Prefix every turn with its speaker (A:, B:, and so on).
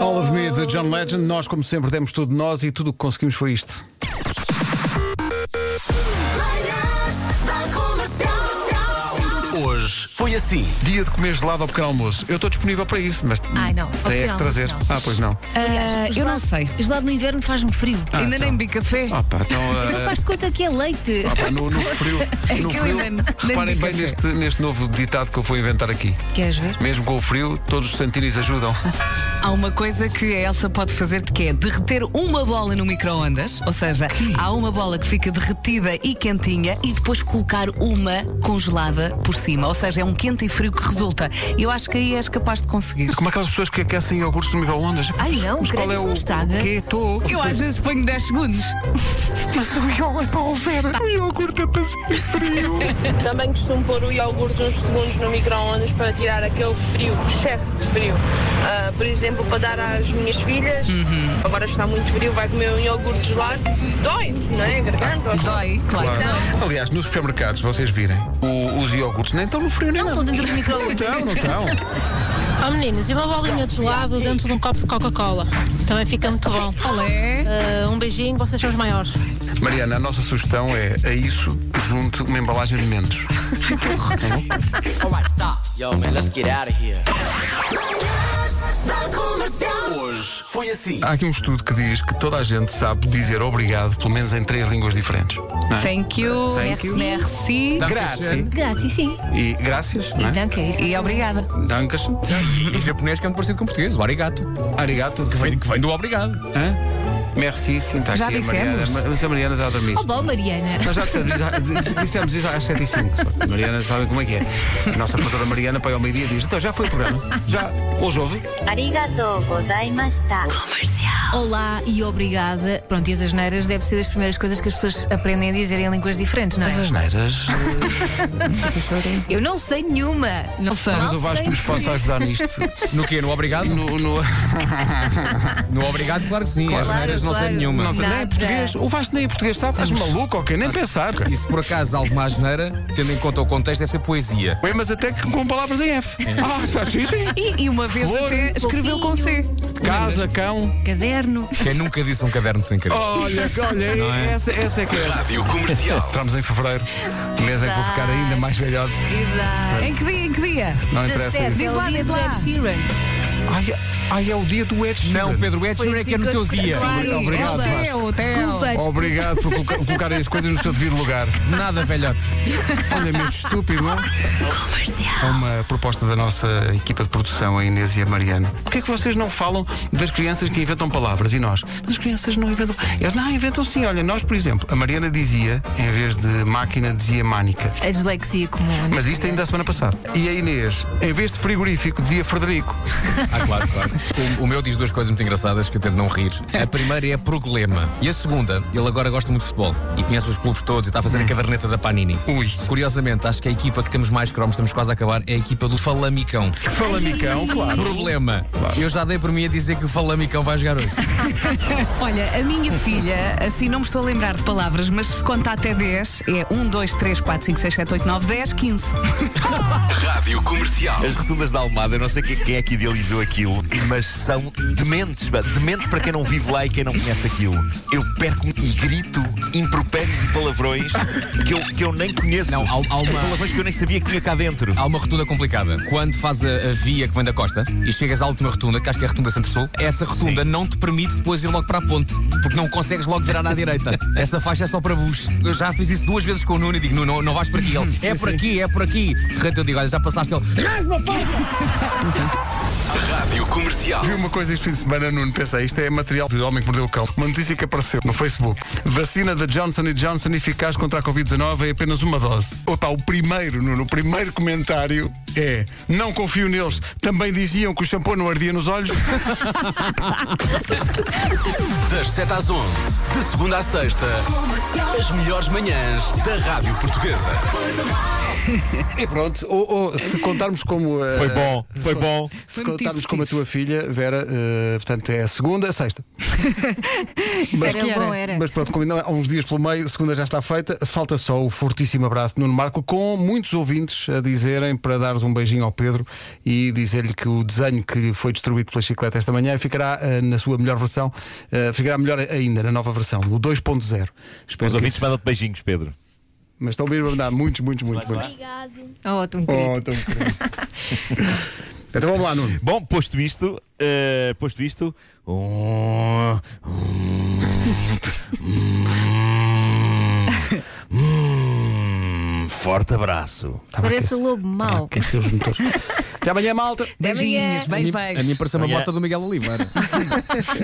A: All of Me de John Legend. Nós, como sempre, demos tudo de nós e tudo o que conseguimos foi isto.
B: Manhãs da Comercial.
C: Hoje foi assim.
A: Dia de comer gelado ao pequeno almoço. Eu estou disponível para isso, mas
D: Ai, não. Ao
A: tem é que
D: pequeno
A: trazer.
D: almoço, não.
A: Ah, pois não.
D: Ah, eu não sei. Gelado no inverno faz-me frio.
E: Ainda nem bebi café.
A: Ah, pá, então, eh,
D: Não faz de conta que é leite.
A: ah, pá, no, no frio. No
E: É que eu
A: frio
E: ainda nem
A: reparem
E: vi
A: bem
E: café.
A: neste, neste novo ditado que eu vou inventar aqui.
D: Queres ver?
A: Mesmo com o frio, todos os santinis ajudam.
E: Há uma coisa que a Elsa pode fazer que é derreter uma bola no micro-ondas, ou seja, há uma bola que fica derretida e quentinha e depois colocar uma congelada por cima, ou seja, é um quente e frio que resulta. Eu acho que aí és capaz de conseguir.
A: Como aquelas pessoas que aquecem iogurtes no micro-ondas.
D: Ai, não,
A: Mas qual
D: credo,
A: é
D: isso
A: o.
D: não estraga.
A: o quê? Tô.
E: Eu às vezes ponho 10 segundos.
A: Mas o iogurte é para houver. O iogurte é para ser frio.
F: Também costumo pôr o iogurte uns segundos no micro-ondas para tirar aquele frio, o excesso de frio. Ah, por exemplo, para dar às minhas filhas, agora está muito frio, vai comer um iogurte gelado, dói, não é? A Garganta. ou-
E: Dói, claro. que dói.
D: Então?
A: Aliás, nos supermercados, vocês virem, o- os iogurtes nem estão no frio, nem
D: Não
A: nada.
D: estão dentro do
A: Não
D: microondas.
A: estão, não estão.
G: Oh meninas, e uma bolinha de gelado dentro de um copo de Coca-Cola. Também fica muito bom.
E: Olé.
G: Ah, um beijinho, vocês são os maiores.
A: Mariana, a nossa sugestão é a isso junte uma embalagem de mentos.
H: Yo, man, let's get out of here.
B: Manhãs da Comercial.
H: Hoje foi assim.
A: Há aqui um estudo que diz que toda a gente sabe dizer obrigado, pelo menos em três línguas diferentes. não é?
E: Thank you.
A: Thank
D: you.
E: Merci.
A: Grazie.
D: Grátis, sim.
A: E graças.
D: E danca, isso.
E: E obrigada.
A: Dankas.
I: Em japonês que é muito parecido com português, o arigato.
A: Arigato.
I: Que vem, que vem do obrigado.
A: Hã? Merci, sim, está
E: Já
A: aqui a Mariana.
E: dissemos.
A: Ma- Mas a Mariana está a dormir.
D: Oh, bom, Mariana.
A: Nós já dissemos, isso- dissemos isso às 7 e 5 Mariana sabe como é que é. A nossa produtora Mariana para ao meio-dia diz, então já foi o programa. Já, hoje houve.
D: Olá e obrigada. Pronto, e as asneiras deve ser das primeiras coisas que as pessoas aprendem a dizer em línguas diferentes, não é?
A: As neiras.
D: Eu não sei nenhuma. Não
E: sei.
D: Mal
A: Mas o Vasco
D: sei
A: nos possa
D: português.
A: ajudar nisto.
I: No quê? No obrigado?
A: No, no-
I: No obrigado, claro que sim. As
D: Claro,
I: maneiras não
D: claro.
I: sei nenhuma.
A: Não, nem
D: Nada.
A: em português. O Vasco nem em português sabe. Mas maluco, ok? Nem pensar.
I: E se por acaso há alguma asneira, tendo em conta o contexto, deve ser poesia.
A: Ué, mas até que com palavras em F. Ah, tá, sim, sim.
E: E, e uma vez
A: Flor.
E: até escreveu com C.
A: Casa, cão.
D: Caderno.
I: Quem nunca disse um caderno sem querer?
A: Olha, olha, essa, essa é que é essa.
H: Rádio Comercial.
A: Entramos em fevereiro, mês em que vou ficar ainda mais velhote.
D: Exato.
E: Em que dia? Em que dia?
A: Não interessa.
D: 17
A: isso.
D: é
E: Diz lá,
D: o dia
E: diz
D: do
E: lá.
D: Ed Sheeran.
A: Ai, ai, é o dia do Ed Sheeran.
I: Não, Pedro Edson
D: Foi
I: é que é no teu
D: assim que eu
I: dia.
D: escrevi.
A: Obrigado, obrigado,
D: Desculpa.
E: Vasco. Desculpa,
A: Obrigado por coloca- colocarem as coisas no seu devido lugar.
I: Nada, velhote.
A: Olha, mesmo estúpido. Há uma proposta da nossa equipa de produção, a Inês e a Mariana. Porquê é que vocês não falam das crianças que inventam palavras e nós? As crianças não inventam. Eles não inventam sim. Olha, nós, por exemplo, a Mariana dizia, em vez de máquina, dizia mânica.
D: A dislexia comum.
A: Mas isto ainda a semana passada. E a Inês, em vez de frigorífico, dizia Frederico.
I: Ah, claro, claro. O, o meu diz duas coisas muito engraçadas que eu tento não rir. A primeira é problema. E a segunda, ele agora gosta muito de futebol e conhece os clubes todos e está a fazer a caderneta da Panini.
A: Ui.
I: Curiosamente, acho que a equipa que temos mais cromos, estamos quase a acabar, é a equipa do Falamicão.
A: Falamicão, claro.
I: Problema. Eu já dei por mim a dizer que o Falamicão vai jogar hoje.
E: Olha, a minha filha, assim não me estou a lembrar de palavras, mas se conta até 10, é 1, 2, 3, 4, 5, 6, 7, 8, 9, 10, 15.
H: Rádio Comercial.
J: As rotundas da Almada, eu não sei quem é que idealizou aquilo, mas são dementes, pá. dementes para quem não vive lá e quem não conhece aquilo. Eu perco-me e grito impropérios e palavrões que eu, que eu nem conheço.
I: Não, há- um, há uma-
J: Palavrões que eu nem sabia que tinha cá dentro.
I: Há uma rotunda complicada. Quando faz a, a via que vem da costa e chegas à última rotunda, que acho que é a rotunda Centro-Sul, essa rotunda não te permite depois ir logo para a ponte, porque não consegues logo virar à direita. Essa faixa é só para bus. Eu já fiz isso duas vezes com o Nuno e digo, Nuno, não, não vais por aqui. Ele, é por aqui, é por aqui. De repente eu digo, olha, já passaste ele.
H: Rádio Comercial.
A: Vi uma coisa este fim de semana, Nuno, pensei, isto é material de homem que mordeu o cão. Uma notícia que apareceu no Facebook. Vacina da Johnson Johnson eficaz contra a Covid-19 é apenas uma dose. Opa, o primeiro, Nuno, o primeiro comentário é não confio neles. Também diziam que o shampoo não ardia nos olhos.
H: Das 7 às 11, de segunda à sexta, as melhores manhãs da Rádio Portuguesa.
A: E pronto, ou, ou se contarmos como. eh,
J: Foi bom, foi bom.
A: Se
E: Foi motivo
A: contarmos como a
E: tive.
A: tua filha, Vera, eh, portanto é a segunda, a sexta.
D: Mas, era bom, era.
A: Mas pronto, como ainda há uns dias pelo meio, segunda já está feita, falta só o fortíssimo abraço de Nuno Marco, com muitos ouvintes a dizerem para dares um beijinho ao Pedro e dizer-lhe que o desenho que lhe foi destruído pela chicleta esta manhã ficará eh, na sua melhor versão, eh, ficará melhor ainda, na nova versão, o 2.0. Espero
J: Então, Os
A: que
J: ouvintes
A: isso-
J: mandam-te beijinhos, Pedro.
A: Mas estão mesmo a mandar muitos, muitos, muitos. muitos.
D: Oh, tão querido.
A: Então vamos lá, Nuno.
J: Bom, posto isto, eh, posto isto. um, um, um, um, Forte abraço.
D: Parece lobo mau.
A: Até amanhã, malta.
D: Até amanhã.
E: Beijinhos, bem
I: A mim
E: beijos.
I: parece uma
J: Olha.
I: bota do Miguel Oliveira.